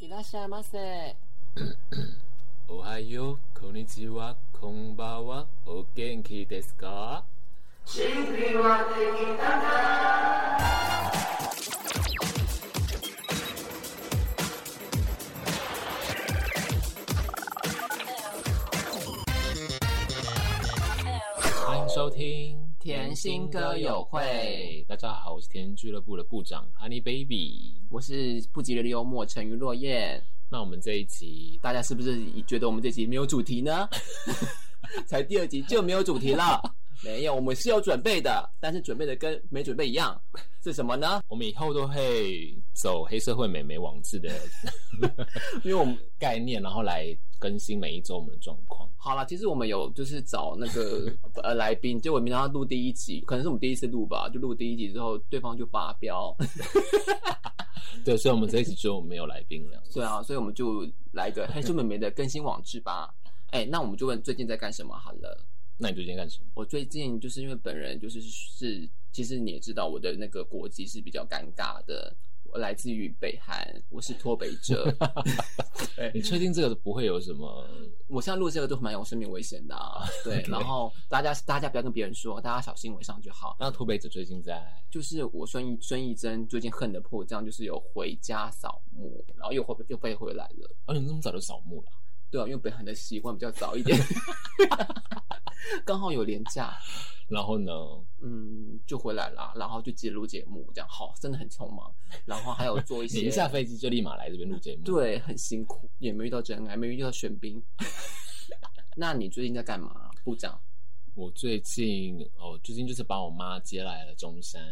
いらっしゃいませ。おはよう、こんにちは、こんばんは、お元気ですか欢迎收听甜心歌友会。大家好，我是甜心俱乐部的部长 Honey Baby。我是不吉利的幽默沉鱼落雁。那我们这一集大家是不是觉得我们这集没有主题呢？ 才第二集就没有主题了？ 没有，我们是有准备的，但是准备的跟没准备一样，是什么呢？我们以后都会走黑社会美眉网志的 因为我们概念，然后来更新每一周我们的状况。好了，其实我们有就是找那个 呃来宾，结果没想到录第一集，可能是我们第一次录吧，就录第一集之后，对方就发飙， 对，所以我们这一集就没有来宾了。对啊，所以我们就来一个黑叔妹妹的更新网志吧。哎、那我们就问最近在干什么好了。那你最近干什么？我最近就是因为本人就是是，其实你也知道我的那个国籍是比较尴尬的，我来自于北韩，我是脱北者。你确定这个不会有什么？我现在录这个都蛮有生命危险的、啊，对。 OK 然后大家大家不要跟别人说，大家小心为上就好。那脱北者最近在，就是我孙艺孙艺珍最近恨得破这样，就是有回家扫墓，然后又回又飞回来了。哦，你这么早就扫墓了？对啊，因为北韩的习惯比较早一点，刚好有廉假，然后呢？嗯，就回来啦，然后就接录节目，这样好，真的很匆忙。然后还有 做一你些，一下飞机就立马来这边录节目？，对，很辛苦，也没遇到真爱，没遇到玄彬。 那你最近在干嘛，部长？我最近哦，最近就是把我妈接来了中山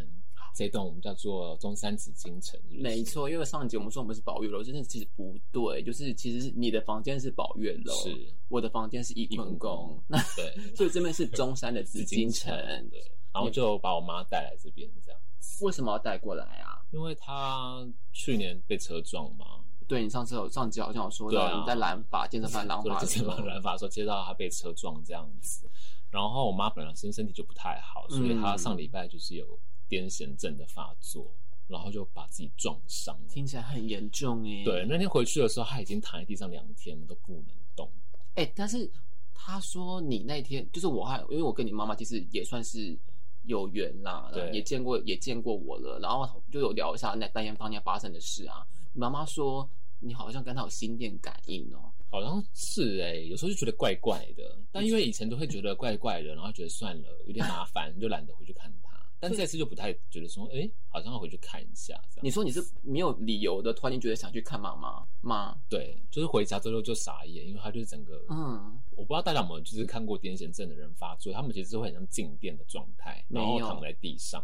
这栋，我们叫做中山紫禁城，是不是没。错，因为上一集我们说我们是宝月楼，真的其实不对，就是其实你的房间是宝月楼，是，我的房间是翊坤宫，那 对， 所以这边是中山的紫禁城。对，然后就把我妈带来这边这样，为什么要带过来啊？因为她去年被车撞嘛，对你上次有上集好像有说对到啊你在蓝发健身 房蓝做发了的健时身候房染发说接到她被车撞这样子，然后我妈本来身身体就不太好，嗯所以她上礼拜就是有癫痫症的发作，然后就把自己撞伤。听起来很严重耶。对，那天回去的时候，她已经躺在地上两天了，都不能动。哎、但是他说你那天就是我还，因为我跟你妈妈其实也算是有缘啦，对也见过也见过我了，然后就有聊一下那那天当天发生的事啊。你妈妈说你好像跟她有心电感应哦，好像是哎、有时候就觉得怪怪的，但因为以前都会觉得怪怪的，然后觉得算了，有点麻烦，就懒得回去看她。但这次就不太觉得说，哎、好像要回去看一下这样。你说你是没有理由的，突然间觉得想去看妈妈吗？对，就是回家之后就傻眼，因为他就是整个，嗯，我不知道大家有没有就是看过癫痫症的人发作，他们其实是会很像静电的状态，没然后有躺在地上，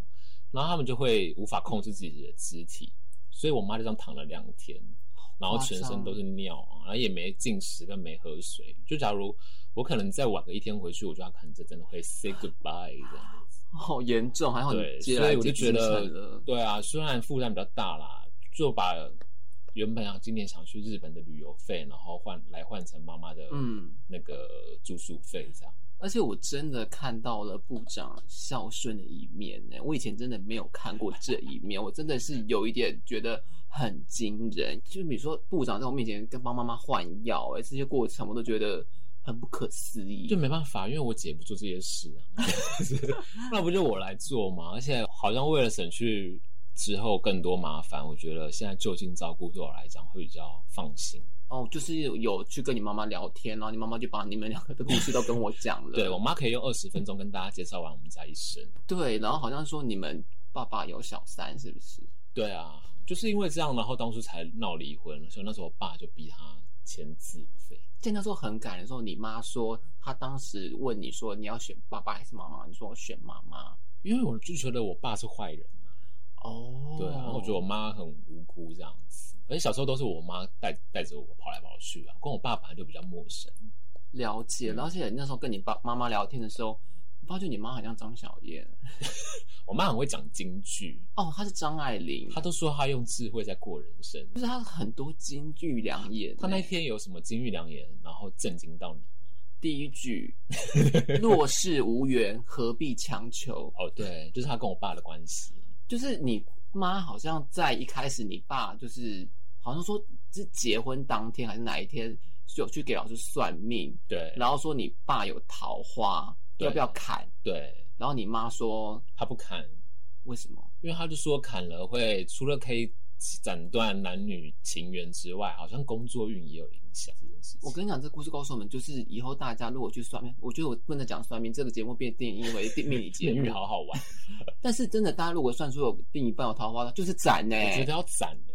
然后他们就会无法控制自己的肢体，所以我妈就这样躺了两天，然后全身都是尿啊，然后也没进食跟没喝水。就假如我可能再晚个一天回去，我觉得她可能就真的会 say goodbye 这样子。哦好严重，还好你对，接所来以我就接觉精得神了，对啊，虽然负担比较大啦，就把原本啊想今年想去日本的旅游费，然后换来换成妈妈的嗯。那个住宿费这样。而且我真的看到了部长孝顺的一面呢，我以前真的没有看过这一面，我真的是有一点觉得很惊人。就比如说部长在我面前跟帮妈妈换药，哎，这些过程我都觉得很不可思议就。没办法，因为我姐不做这些事啊， 那不就我来做吗？而且好像为了省去之后更多麻烦，我觉得现在就近照顾对我来讲会比较放心。哦，就是有去跟你妈妈聊天，然后你妈妈就把你们两个的故事都跟我讲了。 对我妈可以用二十分钟跟大家介绍完我们家一生。对，然后好像说你们爸爸有小三，是不是？对啊，就是因为这样，然后当初才闹离婚，所以那时候我爸就逼她签字费。在那时候很感人的时候，你妈说她当时问你说你要选爸爸还是妈妈，你说我选妈妈。因为我就觉得我爸是坏人啊，哦，对啊，然后我觉得我妈很无辜这样子，而且小时候都是我妈带带着我跑来跑去啊，跟我爸本来就比较陌生，了解，嗯而且那时候跟你爸妈妈聊天的时候，我发觉你妈好像张小燕我妈很会讲京剧，哦，她是张爱玲，她都说她用智慧在过人生，就是她很多金句良言。她那天有什么金玉良言，然后震惊到你。第一句“欸若是无缘，何必强求哦，对，就是她跟我爸的关系，”，就是你妈好像在一开始，你爸就是。好像说是结婚当天还是哪一天，就去给老师算命，对，然后说你爸有桃花，对要不要砍？对然后你妈说他不砍，为什么？因为他就说砍了会除了可以斩断男女情缘之外，好像工作运也有影响这件事情。我跟你讲，这故事告诉我们，就是以后大家如果去算命，我觉得我不能讲算命这个节目变定义为定命理节监狱目， 好好玩，但是真的，大家如果算出有另一半有桃花的，就是斩呢、我觉得要斩哎、啊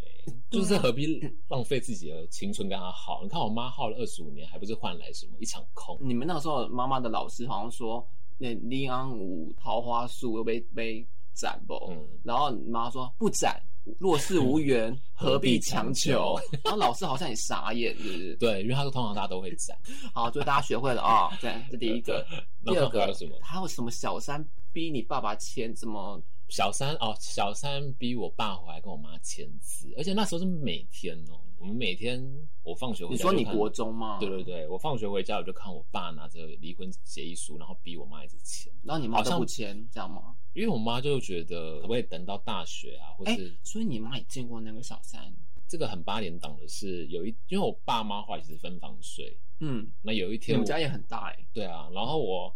就是何必浪费自己的青春跟他耗？你看我妈耗了二十五年，还不是换来什么一场空？你们那个时候妈妈的老师好像说，那林安武桃花树又被被斩不？嗯，然后你妈说不斩，若是无 缘，何必强求？ 然后老师好像也傻眼，是不是？对，因为他说通常大家都会斩。好，就大家学会了啊、这样这第一 个，第然二后还有个什么？还有什么小三逼你爸爸签什么？小三哦，小三逼我爸回来跟我妈签字，而且那时候是每天哦，我们每天我放学回你家说就你看国中吗？对对。对，我放学回家我就看我爸拿着离婚协议书，然后逼我妈一直签，然后你妈好都像不签，这样吗？因为我妈就觉得可不可以等到大学啊，或哎是，所以你妈也见过那个小三？这个很八点档的是有一，因为我爸妈后来其实分房睡，嗯，那有一你天们我家也很大哎、对啊，然后我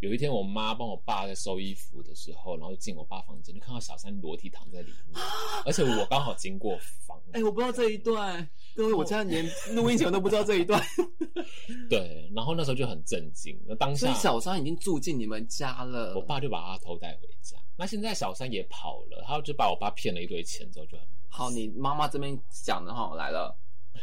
有一天我妈帮我爸在收衣服的时候，然后进我爸房间就看到小三裸体躺在里 面，而且我刚好经过房，哎、我不知道这一段，各位，我现在连录音前都不知道这一 段，对，然后那时候就很震惊。那当所下以，小三已经住进你们家了。我爸就把他偷带回家。那现在小三也跑了，他就把我爸骗了一堆钱之后就很好，你妈妈这边讲的哈来了，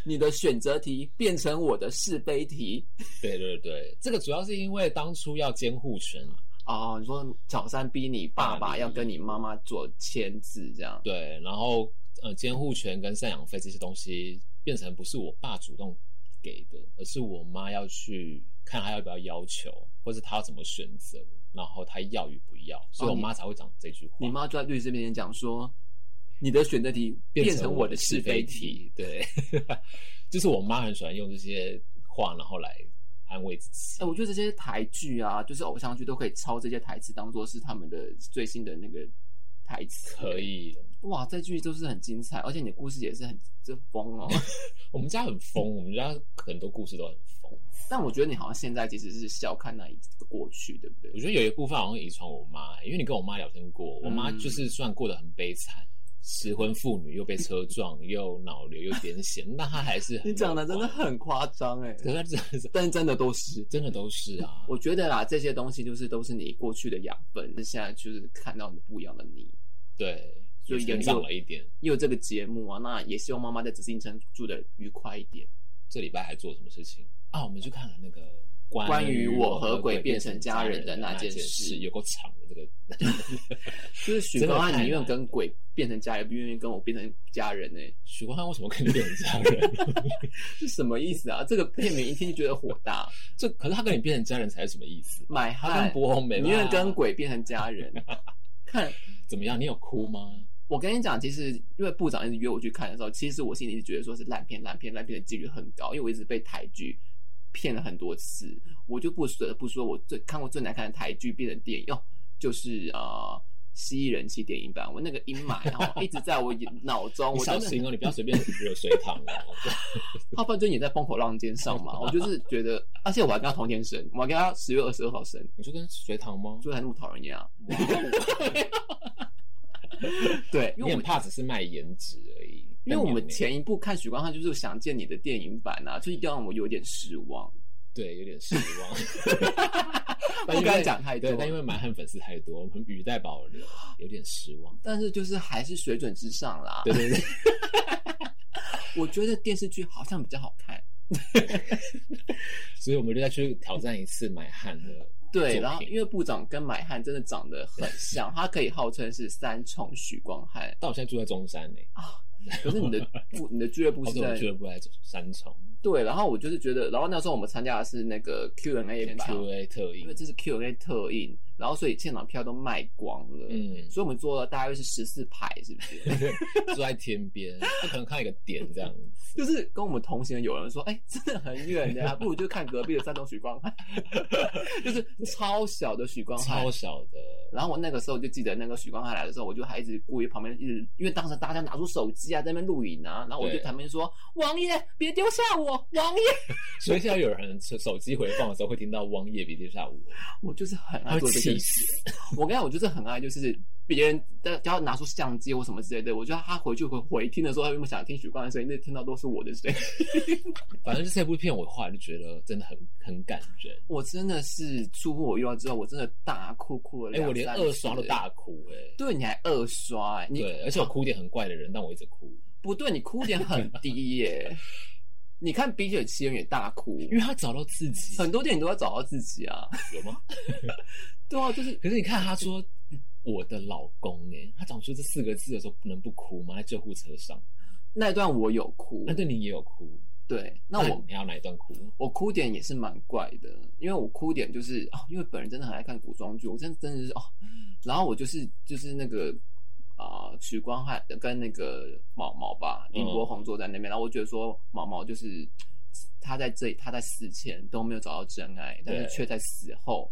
你的选择题变成我的是非题对对对，这个主要是因为当初要监护权，哦。你说小三逼你爸啊爸要跟你妈妈做签字，这样对，然后呃，监护权跟赡养费这些东西变成不是我爸主动给的，而是我妈要去看她要不要要求，或是她要怎么选择，然后她要与不要，所以哦我你妈才会讲这句话。你妈就在律师面前讲说，你的选择题变成我的是非题。，对， 就是我妈很喜欢用这些话，然后来安慰自己。哎、我觉得这些台剧啊，就是偶像剧都可以抄这些台词，当做是他们的最新的那个台词。可以，哇，这剧都是很精彩，而且你的故事也是很这疯哦。 我们家很疯，我们家很多故事都很疯。但我觉得你好像现在其实是笑看那一个过去，对不对我？觉得有一部分好像遗传我妈、因为你跟我妈聊天过，我妈嗯就是虽然过得很悲惨，失婚妇女又被车撞，又脑瘤又癫痫，但她还是很你讲的真的乐观，很夸张哎，可是她真的是但真的都是。真的都是啊，我觉得啦，这些东西就是都是你过去的养分，现在就是看到你不一样的你。对，所以成长了一点。因为这个节目啊，那也希望妈妈在紫禁城住的愉快一点。这礼拜还做什么事情啊？我们去看了那个关关于于我我和鬼鬼变成成家人人的那那件事事，有够长的这个。 就是许真的光汉太宁愿难跟鬼变成家人，不愿意跟我变成家人呢、欸许光汉为什么跟你变成家人？ 是什么意思啊？这个片名一听就觉得火大，这可是他跟你变成家人才是什么意思？买他汉跟博红没办宁法愿跟鬼变成家人。看，怎么样？你有哭吗？我跟你讲，其实因为部长一直约我去看的时候，其实我心里一直觉得说是烂片、烂片、烂片的几率很高，因为我一直被台剧骗了很多次。我就不得不说，我最看过最难看的台剧变成电影，哦，就是呃蜥蜴人气电影版，我那个阴霾哦一直在我脑中， 你我小真的心哦，你不 要随便惹水塘哦。他不然就也在风口浪尖上 嘛，我就是觉得，而且我还跟他同天生，我还跟他十月二十二号生，你说跟水塘吗？所以才那么讨人厌 啊。对，因为你我很们怕只是卖颜值而已。因为我但你也们没前一部看许光汉就是想见你的电影版啊，所以让我有点失望。对有点失望， 不敢讲太多对，但因为满汉粉丝太多，我们语带保留，有点失望。但是就是还是水准之上啦。对对对， 我觉得电视剧好像比较好看。所以我们就再去挑战一次买汉的。作对，品然后因为部长跟买汉真的长得很像，他可以号称是三重许光汉。但我现在住在中山呢、可是你的部你的俱乐部我啊是怎在么俱乐部在三重对，然后我就是觉得，然后那时候我们参加的是那个 Q&A 版， Q A 特因映为，这是 Q&A 特映，然后所以现场票都卖光了，嗯，所以我们坐了大约是十四排，是不是？ 坐在天边，就可能看一个点这样 子，就是跟我们同行的有人说，哎、真的很远的、啊，不如就看隔壁的山东许光汉， 就是超小的许光汉超。小的，然后我那个时候就记得那个许光汉来的时候，我就还一直故意旁边一直，因为当时大家拿出手机啊，在那边录影啊，然后我就对旁边说：“王爷，别丢下我，王爷 所以现在有人手手机回放的时候会听到汪夜比天下舞，！”我就是很爱他做会这气件事。死。 我跟你讲，我就是很爱，就是别人的只要拿出相机或什么之类的，我觉得他回去回回听的时候，他有没有想听许光汉的声音？那听到都是我的声音。 反正就这部片，我后来就觉得真的很很感人，我真的是出乎我意料之外，我真的大哭哭了哎、两我连三二刷次都。大哭、哎，对，你还二刷、哎你对，而且我哭点很怪的人，但我一直哭，不对，你哭点很低耶、 你看《冰雪奇缘》也大哭，因为他找到自己，很多电影都要找到自己啊。有吗？对啊，就是可是你看，他说我的老公、哎，他讲出这四个字的时候，不能不哭吗？在救护车上，那一段我有哭那，对你也有哭，对，那我你要哪一段哭？我哭点也是蛮怪的，因为我哭点就是哦，因为本人真的很爱看古装剧，我真的真的是哦，然后我就是就是那个啊、呃许光汉跟那个毛毛吧，林嗯柏宏坐在那边，然后我觉得说毛毛就是他在这里他在死前都没有找到真爱，但是对却在死后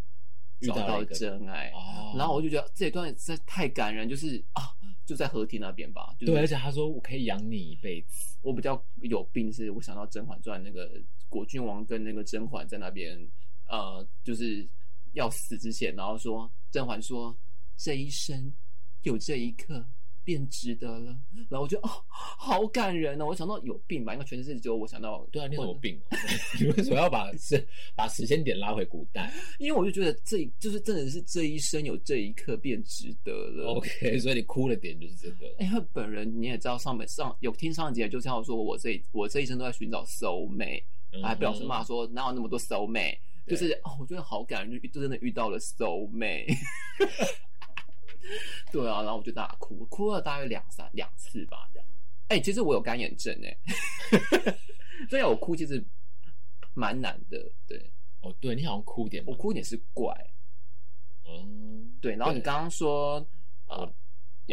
遇找到了到一个真爱，哦然后我就觉得这一段实在太感人，就是啊。就在河堤那边吧，就是对，而且他说我可以养你一辈子，我比较有病是，我想到《甄嬛传》那个果郡王跟那个甄嬛在那边，呃，就是要死之前，然后说甄嬛说这一生有这一刻便值得了，然后我觉得哦，好感人哦！我想到有病吧，应该全世界只有我想到，对啊，你有什么病、啊？ 你为什么要把时把时间点拉回古代因为我就觉得这一就是真的是这一生有这一刻便值得了。 ？OK，所以你哭的点就是这个。因为本人你也知道上本上有听上一节，就像我说我这一我这一生都在寻找 soul mate，还表示骂嗯说哪有那么多 soul 妹，就对是哦，我觉得好感人，就就真的遇到了 soul 妹。 对啊，然后我就大哭，哭了大概两三两次吧，这样。哎、其实我有干眼症 哎、所以我哭其实蛮难的。对哦，对你好像哭点我蛮，哭点是怪，嗯，对。然后你刚刚说，呃，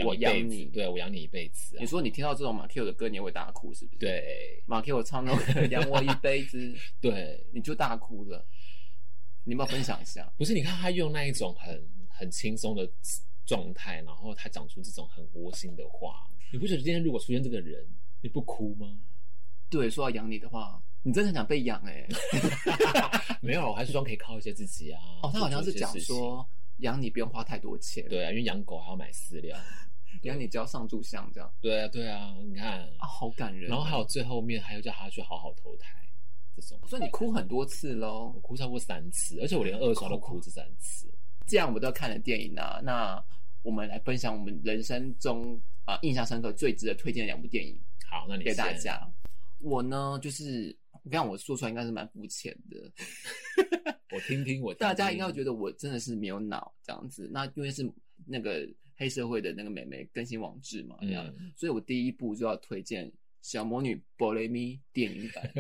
我一养辈子你对我养你一辈子啊、你说你听到这种马 Q 的歌，你也会大哭是不是？，对马 Q 唱那个《养我一辈子》，对，你就大哭了。你要不要分享一下？不是你看他用那一种很很轻松的状态，然后他讲出这种很窝心的话，你不觉得今天如果出现这个人，你不哭吗？对，说要养你的话，你真的很想被养哎、没有，我还是希望可以靠一些自己啊。哦，他好像是 多做一些讲事情，说养你不用花太多钱，对啊，因为养狗还要买饲料，养你只要上炷香这样对啊，对啊，你看，啊，好感人。然后还有，最后面还有叫他去好好投胎这种。所以你哭很多次喽我。哭超过三次，而且我连二刷都哭这三次。既然我们都看了电影啊，那我们来分享我们人生中啊、印象深刻、最值得推荐的两部电影好，那你给大先家。我呢，就是我看我说出来应该是蛮肤浅的，我听听我听听嗯大家应该会觉得我真的是没有脑这样子。那因为是那个黑社会的那个美眉更新网志嘛，这样，嗯，所以我第一部就要推荐《小魔女博雷咪》电影 版。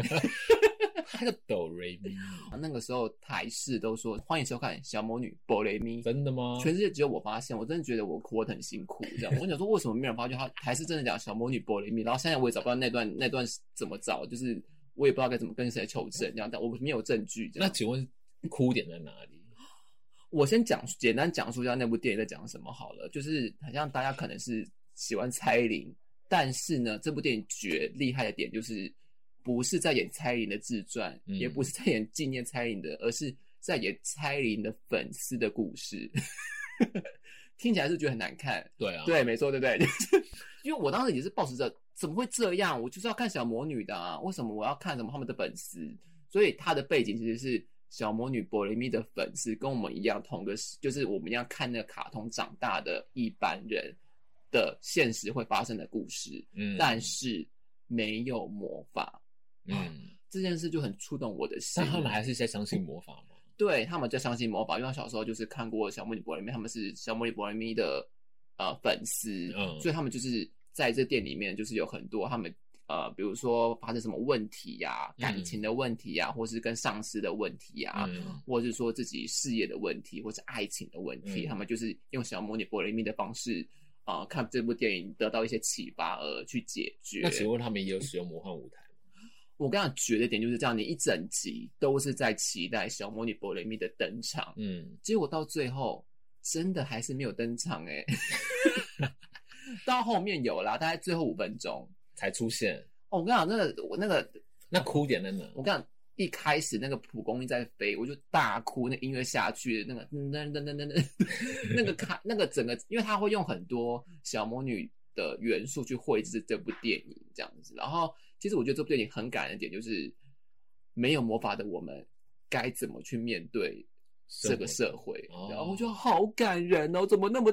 他叫哆瑞咪，那个时候台视都说欢迎收看《小魔女博雷咪》，真的吗？全世界只有我发现，我真的觉得我活得很辛苦。这样，我想说为什么没有人发现他台视真的讲《小魔女博雷咪》，然后现在我也找不到那段那段怎么找，就是我也不知道该怎么跟谁求证这样，但我没有证据这那样。请问哭点在哪里？我先讲简单讲述一下那部电影在讲什么好了，就是好像大家可能是喜欢蔡依林，但是呢，这部电影绝厉害的点就是不是在演蔡依林的自传，嗯也不是在演纪念蔡依林的，而是在演蔡依林的粉丝的故事。 听起来是觉得很难看，对啊，对，没错，对不对？ 因为我当时也是抱持着怎么会这样，我就是要看小魔女的啊，为什么我要看什么他们的粉丝？所以他的背景其实是小魔女博雷咪的粉丝，跟我们一样同个时，就是我们一样看那个卡通长大的一般人的现实会发生的故事，嗯但是啊没有魔法嗯，这件事就很触动我的心但。他们还是在相信魔法吗？对他们在相信魔法，因为他小时候就是看过小魔女博雷咪，他们是小魔女博雷咪的呃粉丝，嗯所以他们就是在这店里面就是有很多他们呃，比如说发生什么问题呀、嗯感情的问题呀、或是跟上司的问题呀、嗯或是说自己事业的问题，或是爱情的问题，嗯他们就是用小魔女波雷蜜的方式，啊、看这部电影得到一些启发而去解决。那请问他们也有使用魔幻舞台吗？我刚刚觉得点就是这样，你一整集都是在期待小魔女波雷蜜的登场，嗯，结果到最后真的还是没有登场哎、到后面有啦，大概最后五分钟。才出现。哦，我跟你讲，那个我那个那哭点在哪？我跟你讲，一开始那个蒲公英在飞，我就大哭。那音乐下去，那个那那那那那 那个卡，那个整个，因为他会用很多小魔女的元素去绘制这部电影这样子。然后，其实我觉得这部电影很感人的点就是，没有魔法的我们该怎么去面对这个社会社会哦，然后我就好感人哦，怎么那么……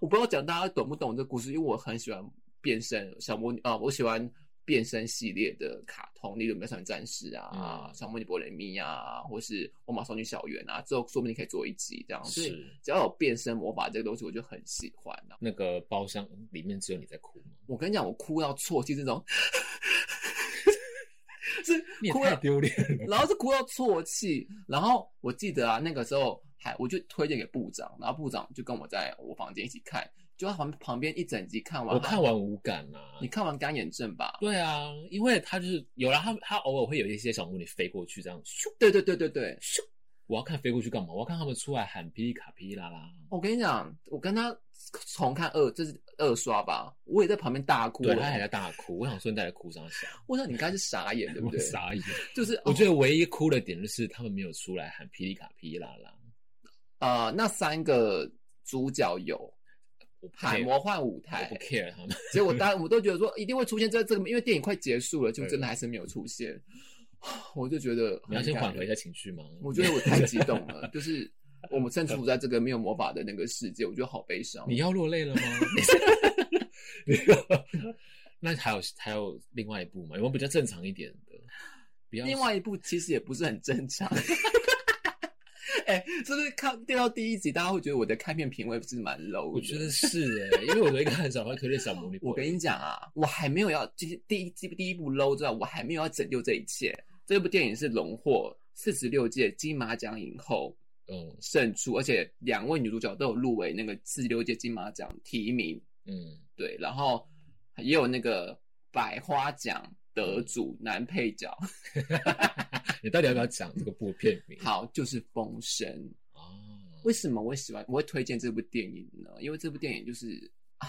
我不知道讲大家懂不懂这故事，因为我很喜欢变身小魔女啊、我喜欢变身系列的卡通，例如《美少女战士》啊，嗯小魔女波雷咪》啊，或是《我马少女小圆》啊，之后说不定可以做一集这样。所以是只要有变身魔法这个东西，我就很喜欢啊。那个包厢里面只有你在哭吗？我跟你讲，我哭到啜泣这种， 你也哭了太丢脸 了。然后是哭到啜泣。然后我记得啊，那个时候还我就推荐给部长，然后部长就跟我在我房间一起看，就他旁旁边一整集看完。我看完无感啊你。看完干眼症吧？对啊，因为他就是有了他，他偶尔会有一些小魔女飞过去这样咻对对对对对，咻。我要看飞过去干嘛？我要看他们出来喊噼里卡噼里啦啦。我跟你讲，我跟他重看二，这是二刷吧，我也在旁边大哭。对，他啊还在大哭。我想说你在哭啥笑？我想你应该是傻眼，对不对？ 我傻眼。就是我觉得得唯一哭的点就是他们没有出来喊噼里卡噼里啦啦。呃，那三个主角有我不喊 care，魔幻舞我台不，care 他们。 结果大家我们都觉得说一定会出现在这个，因为电影快结束了，就真的还是没有出现。 我就觉得你要先缓和一下，下情绪吗？我觉得我太激动 了，就是我们身处在这个没有魔法的那个世界，我觉得好悲伤。你要落泪了吗？ 你那还有还有另外一部吗？有没有比较正常一点的？比较另外一部其实也不是很正常。 哎、是不是看掉到第一集，大家会觉得我的看片品味是蛮 low 的？我觉得是哎、 因为我一个很少会推荐小魔女。我跟你讲啊，我还没有要，就是第一季第一部 low 之外，我还没有要拯救这一切。这部电影是荣获四十六届金马奖影后嗯胜出，而且两位女主角都有入围那个四十六届金马奖提名，嗯，对，然后也有那个百花奖得主男配角，你到底要不要讲这个部片名？好，就是《风声》。哦，为什么我喜欢我会推荐这部电影呢？因为这部电影就是啊，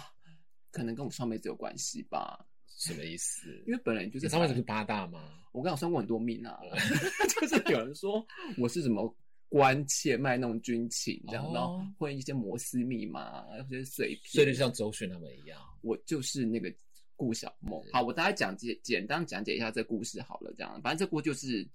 可能跟我上辈子有关系吧。什么意思？因为本人就你是上辈子是哦八大吗？我刚好算过很多命啊， 就是有人说 我是什么关切卖弄军情这样，哦然后会一些摩斯密码，或者是水 所以瓶，就像周迅他们一样，我就是那个顾小梦。好，我大概讲简简单讲解一下这故事好了，这样，反正这故事就是。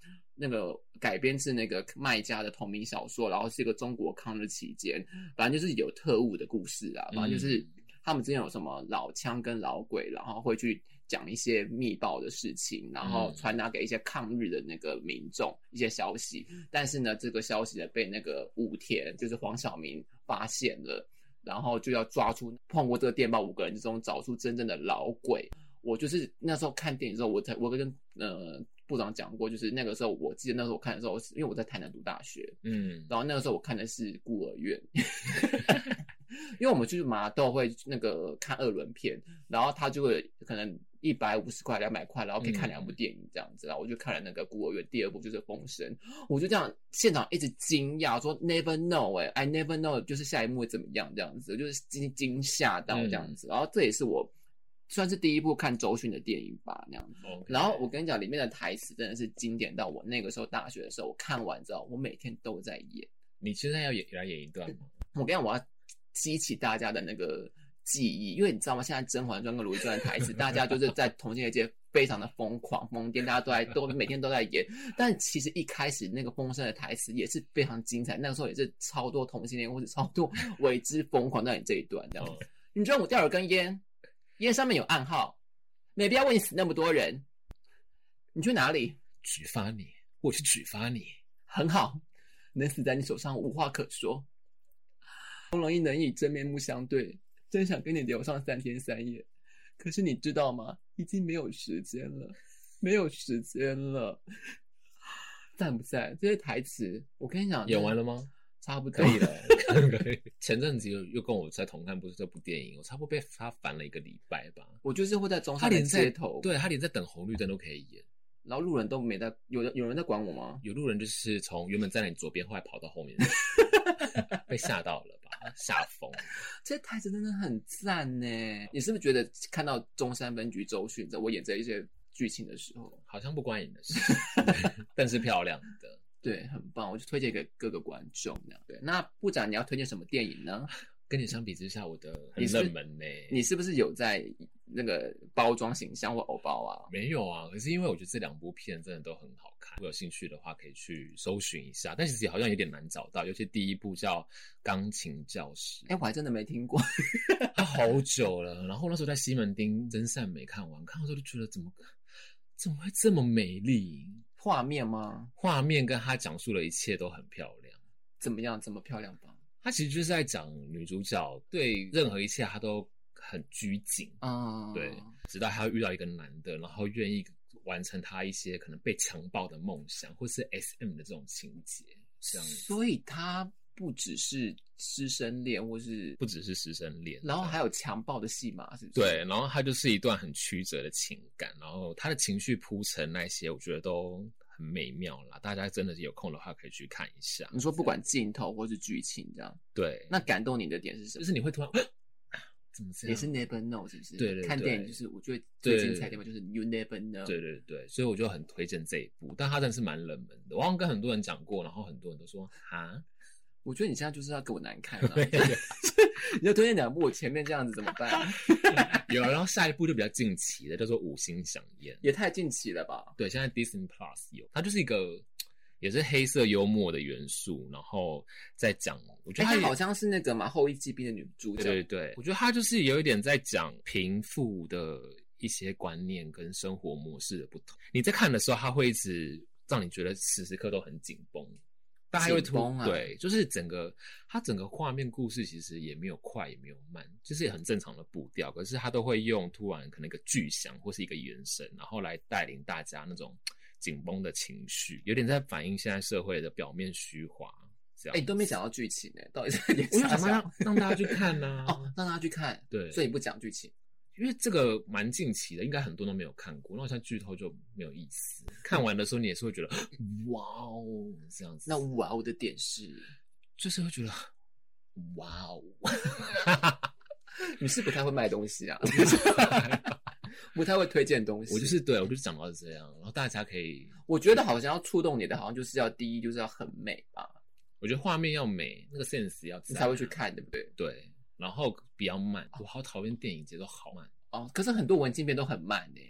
那个改编自那个卖家的同名小说，然后是一个中国抗日期间，反正就是有特务的故事啊，反正就是嗯他们之间有什么老枪跟老鬼，然后会去讲一些密报的事情，然后传达给一些抗日的那个民众一些消息。但是呢，这个消息呢被那个武田，就是黄晓明发现了，然后就要抓出碰过这个电报五个人之中，找出真正的老鬼。我就是那时候看电影之后，我才我跟呃部长讲过，就是那个时候我记得那时候我看的时候，因为我在台南读大学，嗯，然后那个时候我看的是孤儿院， 因为我们去麻豆会那个看二轮片，然后他就会可能一百五十块、两百块，然后可以看两部电影这样子，然后我就看了那个孤儿院，第二部就是《风声》，我就这样现场一直惊讶说 “never know” 哎、i never know 就是下一幕会怎么样这样子，我就是惊惊吓到这样子，然后这也是我算是第一部看周迅的电影吧那样子。 OK 然后我跟你讲，里面的台词真的是经典到我那个时候大学的时候，我看完之后，我每天都在演。你现在要演来演一段吗？我跟你讲，我要激起大家的那个记忆，因为你知道吗？现在《甄嬛传》跟《如懿传》的台词，大家就是在同性恋界非常的疯狂疯癫，大家都在都每天都在演。但其实一开始那个风声的台词也是非常精彩，那个时候也是超多同性恋或者超多为之疯狂到你这一段这样。哦你中午掉了根烟，烟上面有暗号，没必要问你死那么多人。你去哪里？举发你，我去举发你。很好，能死在你手上无话可说。好不容易能以真面目相对，真想跟你聊上三天三夜。可是你知道吗？已经没有时间了，没有时间了，赞不赞？这些台词，我跟你讲，演完了吗？ 差不多可以了，可以。前阵子又又跟我在同看部这部电影，我差不多被他烦了一个礼拜吧。我就是会哦在中山他的连在街头，，对他连在等红绿灯都可以演。然后路人都没在，有人有人在管我吗？有路人就是从原本站在你左边，后来跑到后 面，被吓到了吧？吓疯。这些台词真的很赞呢。你是不是觉得看到中山分局周迅在我演这一些剧情的时候，好像不关你 的事，但是漂亮的。对，很棒，我就推荐给各个观众那样。对，那部长你要推荐什么电影呢？ 跟你相比之下，我的很你是冷门呢、你是不是有在那个包装形象或偶包啊？没有啊？可是因为我觉得这两部片真的都很好看，我有兴趣的话可以去搜寻一下。但其实好像有点难找到，尤其第一部叫《钢琴教师 哎、》，我还真的没听过。它好久了。然后那时候在西门町真善美看完，看完之后就觉得怎么怎么会这么美丽？画面吗？画面跟他讲述的一切都很漂亮。怎么样？怎么漂亮吧？他其实就是在讲女主角对任何一切她都很拘谨，啊、对，直到她遇到一个男的，然后愿意完成她一些可能被强暴的梦想，或是 SM 的这种情节，这样子所以他不只是师生恋，或是不只是师生恋，然后还有强暴的戏码，是不是？对，，然后它就是一段很曲折的情感，然后她的情绪铺陈那些，我觉得都很美妙啦。大家真的是有空的话可以去看一下。你说不管镜头或是剧情这样，对，那感动你的点是什就么？是你会突然啊怎么这样？也是 never know，是不是？对对看对电影就是我觉得对最精彩的地方就是 you never know。对对对，所以我就很推荐这一部，但它真的是蛮冷门的。我好像跟很多人讲过，然后很多人都说哈，我觉得你现在就是要给我难 看了、啊 你要推荐两部，我前面这样子怎么办？ 有。然后下一部就比较近期的，叫做《五星响宴》。也太近期了吧？对，现在 Disney Plus 有，它就是一个也是黑色幽默的元素，然后再讲，我觉哎、得它她也好像是那个嘛《后羿击兵》的女主角。对对对，我觉得它就是有一点在讲贫富的一些观念跟生活模式的不同。你在看的时候，它会一直让你觉得时时刻都很紧绷，但它会紧突、绷啊对，就是整个它整个画面故事其实也没有快也没有慢，就是很正常的步调，可是它都会用突然可能一个巨响或是一个延伸，然后来带领大家那种紧绷的情绪，有点在反映现在社会的表面虚华。这样哎、你都没讲到剧情 呢、到底是演我就啥想想让让大家去看呐、 哦，让他去看，对所以不讲剧情。因为这个蛮近期的，应该很多人都没有看过。那好像剧透就没有意思。看完的时候，你也是会觉得哇哦这样子，那哇，我的点是， 就是会觉得哇 哦，你是不太会卖东西啊， 不太会推荐东西。我就是 对我就是讲到这样，然后大家可以，我觉得好像要触动你的，好像就是要第一就是要很美吧，我觉得画面要美，那个 sense 要你在才会去看，对不对？对，然后比较慢，我好讨厌电影节奏好慢，哦，可是很多文青片都很慢呢、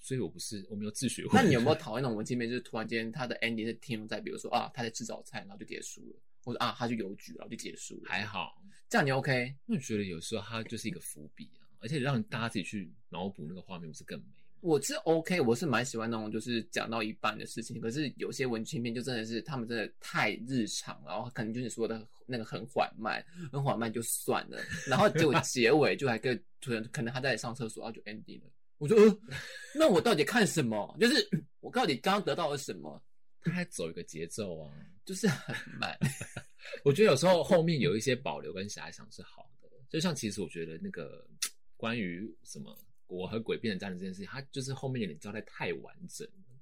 所以我不是我没有自学会。那你有没有讨厌那种文青片，就是突然间他的 ending 是停留在，比如说啊他在吃早餐，然后就结束了，或者啊他去邮局，然后就结束了， 还好？这样你 OK？因为我觉得有时候它就是一个伏笔啊，而且让大家自己去脑补那个画面，不是更美吗？我是 OK，我是蛮喜欢那种就是讲到一半的事情，可是有些文青片就真的是他们真的太日常，然后可能就是你说的那个很缓慢，很缓慢就算了，然后结果结尾就还跟突然可能他在上厕所，然后就 ending 了。我就、呃，那我到底看什么？就是 我到底刚刚得到了什么？它还走一个节奏啊。就是很慢。 我觉得有时候后面有一些保留跟遐想是好的，就像其实我觉得那个关于什么我和鬼变成家人这件事情，它就是后面有点交代太完整了。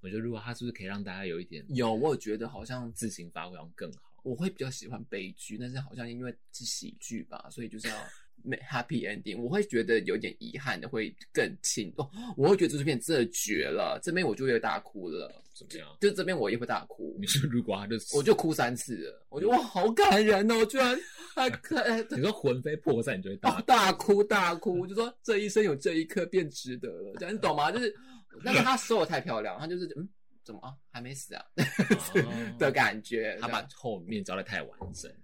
我觉得如果它是不是可以让大家有一点有，我有觉得好像自行发挥，好像更好。我会比较喜欢悲剧，但是好像因为是喜剧吧，所以 就是要 make happy ending。我会觉得有点遗憾的，会更轻哦。我会觉得这片真的绝了，这边我就会大哭了，怎么样？就这边我也会大哭你，说如果他就 我就哭三次了。我觉得哇，好感人哦，居然还可爱。 你说魂飞魄散，你就会大哦，大哭大哭，就说这一生有这一刻便值得了，这样你懂吗？就是，但是她瘦的太漂亮，她就是嗯，怎么啊，还没 死啊的感觉。他这把样后面交代太完整了。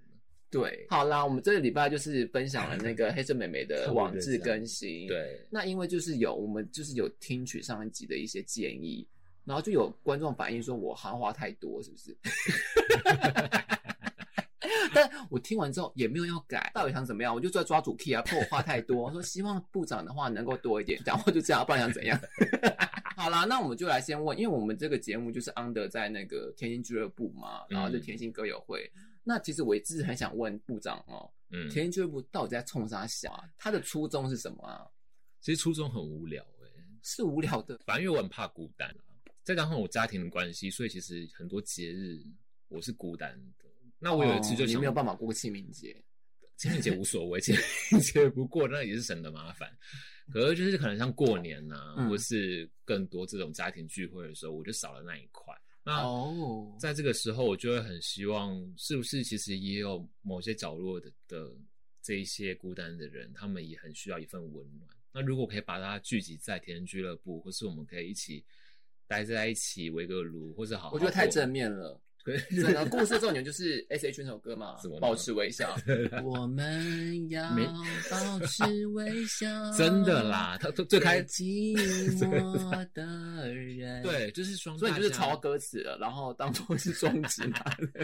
对，好啦，我们这个礼拜就是分享了那个黑色美眉的网志更新。，对，那因为就是有我们就是有听取上一集的一些建议，然后就有 观众反映说我行话太多，是不是？但我听完之后也没有要改，到底想怎么样？我就在抓主 key 啊，怕我话太多。我说希望部长的话能够多一点，讲话就这样，不然想怎样？ 好啦，那我们就来先问，因为我们这个节目就是安德在那个天星俱乐部嘛，然后就天星歌友会。那其实我一直很想问部长哦，嗯，天星俱乐部到底在冲啥小啊？他的初衷是什么啊？其实初中很无聊哎、是无聊的反正因为我很怕孤单啊，再加上我家庭的关系，所以其实很多节日我是孤单的。那我有一次就哦你想，没有办法过清明节，清明节无所谓，清明节不过那也是省得麻烦。可是就是可能像过年呐、嗯或是更多这种家庭聚会的时候，我就少了那一块。那哦在这个时候，我就会很希望，是不是其实也有某些角落的的这一些孤单的人，他们也很需要一份温暖。那如果可以把它聚集在田人俱乐部，或是我们可以一起待在一起围个炉，或是好好哦我觉得太过正，面了。可整个故事重点就是 S H 那首歌 嘛怎么，了保持微笑。我们要没，保持微笑 真的，嗯啦，他最最开寂寞的人。。对，就是双， 所以你就是抄歌词了，然后当做是终极嘛。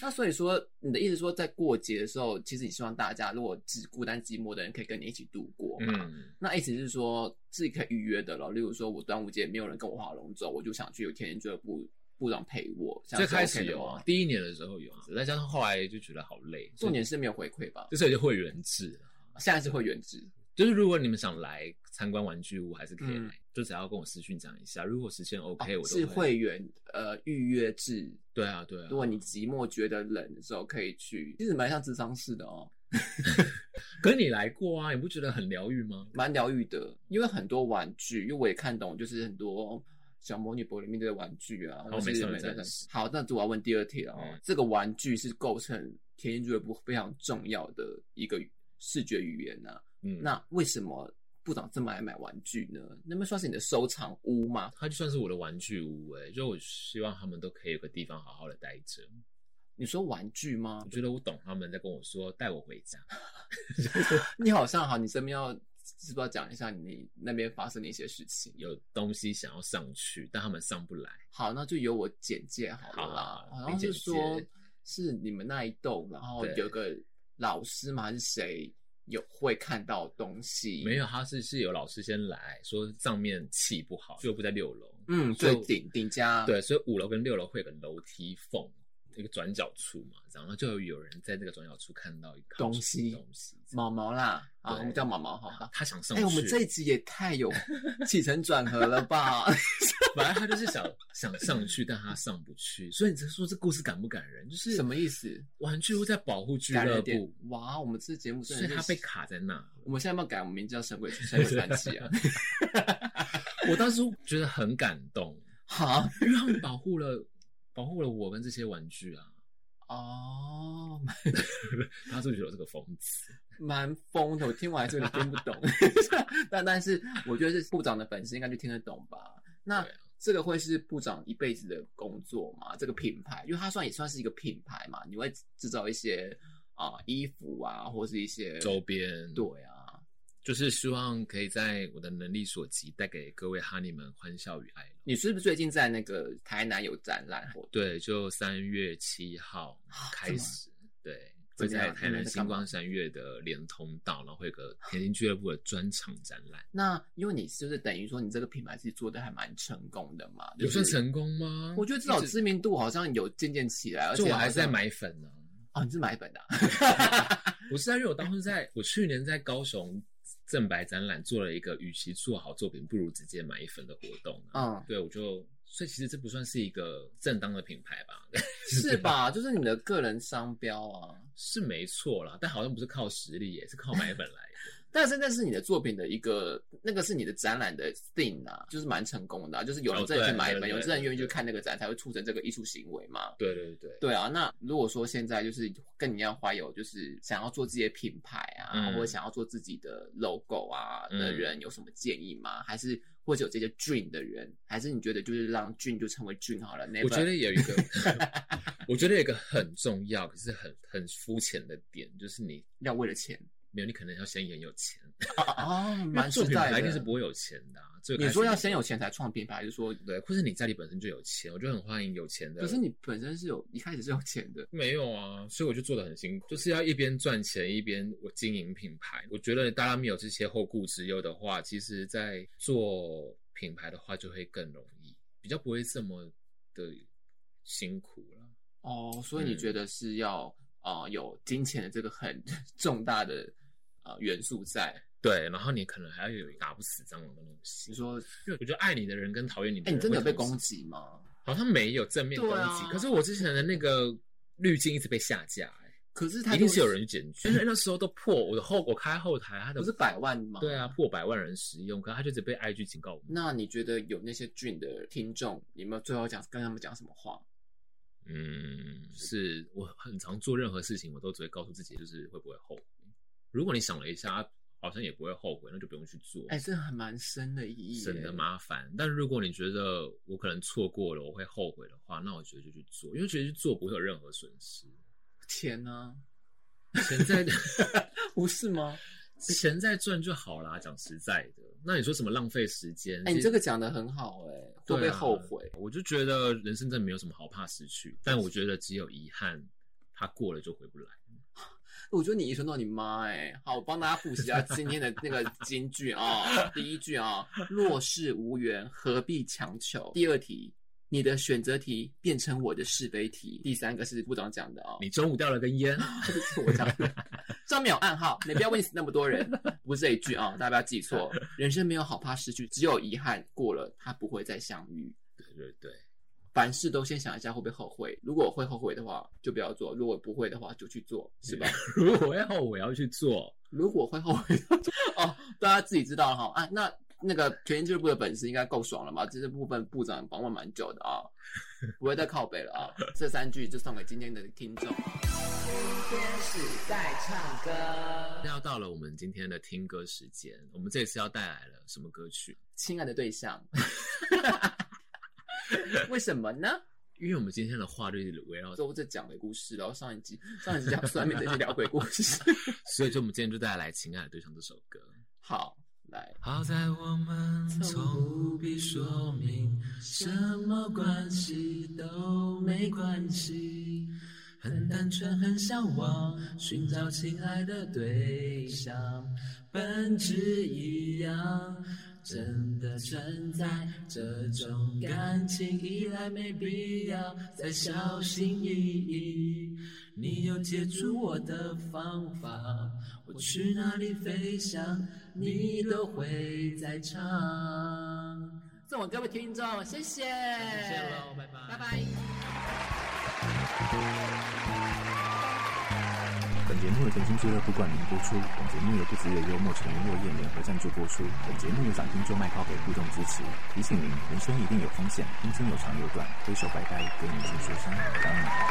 那所以说，你的意思说，在过节的时候，其实你希望大家如果只孤单寂寞的人，可以跟你一起度过嘛。嗯，那意思是说是可以预约的了。例如说，我端午节没有人跟我划龙舟，我就想去有天然俱乐部部长陪我。这最样是开始 OK 的有啊吗，第一年的时候有啊，再加上后来就觉得好累，重点是没有回馈吧？就是有会员制啊。现在是会员制，就是如果你们想来参观玩具屋，还是可以来，嗯哦就只要跟我私讯讲一下。如果时间 OK，、我哎都是会员呃预约制。对啊对啊。如果你寂寞觉得冷的时候可以去，其实蛮像智商室的哦，可是你来过啊，你不觉得很疗愈吗？蛮疗愈的。因为很多玩具，因为我也看懂，就是很多小魔女博里面的玩具啊，好或是美少女美少女战士好，那我要问第二题了哦，嗯这个玩具是构成甜心俱乐部非常重要的一个视觉语言呐、嗯，那为什么部长这么爱买玩具呢？那么算是你的收藏屋吗？它就算是我的玩具屋哎、就我希望他们都可以有个地方好好的待着。你说玩具吗我？觉得我懂他们在跟我说带我回家，你好像好，你身边要是不是要讲一下你那边发生的一些事情？有东西想要上去，但他们上不来。好，那就由我简介好了啦。好好像是你说简介，是你们那一栋，然后对有个老师嘛，还是谁有会看到东西？没有，有，他是是有老师先来说上面气不好，就不在六楼。嗯，所以最顶顶家，，对，所以五楼跟六楼会有个楼梯缝，一个转角处嘛，然后就有人在这个转角处看到一个东西东西。毛毛啦，啊，对我们叫毛毛好啊吧？他想上哎、去，我们这一集也太 有起承转合了吧？反正他就是想想上去，但他上不去。所以你这说这故事感不感人？ 就是什么意思？玩具屋在保护俱感乐人点部，哇！我们这节目真所以的是他被卡在那。我们现在要不要改我们名字叫 神鬼神鬼传奇啊？我当时觉得很感动，好因为他们保护了保护了我跟这些玩具啊。哦，蛮他是不是觉得我是个疯子？蛮疯的，我听完还是有点听不 懂。 但但是我觉得是部长的粉丝应该就听得懂吧？那对啊这个会是部长一辈子的工作嘛？这个品牌，因为它算也算是一个品牌嘛，你会制造一些啊、衣服啊，或是一些周边对啊，就是希望可以在我的能力所及，带给各位哈尼们欢笑与爱乐。你是不是最近在那个台南有展览活动？对，就三月七号啊开始，对，怎会么样在台你们南在星干嘛光三月的连通道，然后会 有个田径俱乐部的专场展览，那因为你是不是等于说你这个品牌是做的还蛮成功的嘛？有算就是成功吗？我觉得至少知名度好像有渐渐起来，而且就我还是在好像买粉呢、哦，你是买本的啊、不是啊，因为我当时在我去年在高雄正白展览做了一个，与其做好作品，不如直接买粉的活动、啊。嗯，对，我就所以其实这不算是一个正当的品牌吧， 是吧？就是你的个人商标啊，是没错啦，但好像不是靠实力耶，也是靠买粉来的。但是那是你的作品的一个，那个是你的展览的 thing 啊，就是蛮成功的啊、就是有人哦真的去对买对本，对有真的愿意去对看那个展，才会促成这个艺术行为嘛。 对对对，对啊，那如果说现在就是跟你一样怀有就是想要做自己的品牌啊，嗯或者想要做自己的 logo 啊嗯的人，有什么建议吗？还是或者有这些 dream 的人，还是你觉得就是让 dream 就成为 dream 好了？我觉得有一个， 我觉得有一个很重要，可是很很肤浅的点，就是你要为了钱，没有，你可能要先很有钱，啊，因为蛮做实品在的。牌一定是不会有钱的、啊。最你开说始要的先有钱才创品牌，还是说？对，或是你家里本身就有钱，我就很欢迎有钱的。可是你本身是有一开始是有钱的，没有啊，所以我就做的很辛苦，就是要一边赚钱一边我经营品牌。我觉得大家没有这些后顾之忧的话，其实在做品牌的话就会更容易，比较不会这么的辛苦了。哦，所以你嗯觉得是要啊、呃有金钱的这个很 重大的呃元素在？对，然后你可能还要有打不死蟑螂的东西。你，说，因为我觉得爱你的人跟讨厌你哎、的你人，真的有被攻击？击吗？好像没有正面攻击，对啊可是我之前的那个滤镜一直被下架、欸，可是他一定是有人去检举。因为那时候都破我的后，我开后台，他的不是百万吗？对啊，。破百万人使用，可是他就只被 IG 警告我们。那你觉得有那些俊的听众，你有没有最后讲跟他们讲什么话？嗯，是我很常做任何事情，我都只会告诉自己，就是会不会后悔。如果你想了一下，啊好像也不会后悔，那就不用去做，哎、这很蛮深的意义耶，省得麻烦。但如果你觉得我可能错过了，我会后悔的话，那我觉得就去做，因为觉得去做不会有任何损失。钱呢、钱在 不是吗？ 钱在赚就好啦，讲实在的。那你说什么浪费时间？哎、你其实这个讲的很好、哎，会不对会啊后悔？我就觉得人生真的没有什么好怕失去，但我觉得只有遗憾，它过了就回不来。我觉得你遗传到你妈哎、好，我帮大家复习一下今天的那个金句啊、第一句啊、若是无缘，何必强求？第二题，你的选择题变成我的是非题。第三个是部长讲的啊、你中午掉了根烟， 这个是我讲的， 上面有暗号，你不要问死那么多人，不是这一句啊、大家不要记错。人生没有好怕失去，只有遗憾过了，他不会再相遇。对对对，凡事都先想一下会不会后悔，如果会后悔的话就不要做，如果不会的话就去做，是吧？如果会后悔要去做，如果会后悔哦，大家自己知道哈啊。那那个全英俱乐部的粉丝应该够爽了吧？这部分部长帮我蛮久的啊、不会再靠北 了啊、这三句就送给今天的听众。天使在唱歌。要到了我们今天的听歌时间，我们这次要带来了什么歌曲？亲爱的对象， 为什么呢？因为我们今天的话就是围绕，都在讲鬼故事，然后上一集上一集讲酸梅，这集聊鬼故 事。所以就我们今天就带来《亲爱的对象》这首歌。好，来，好在我们从不必说明，什么关系都没关系，很单纯，很向往，寻找心爱的对象，本质一样，真的存在这种感情依赖没必要再小心翼翼。你有接住我的方法，我去哪里飞翔，你都会在唱。送我各位听众，谢谢，谢谢谢喽，拜拜，拜。拜。本节目由甜心俱乐部冠名播出，本节目由不只有幽默陈人落叶联合赞助播出，本节目由掌心做卖靠北互动支持。提醒您，人生一定有风险，人生有长有短，挥手拜拜，给你说说声，当你好。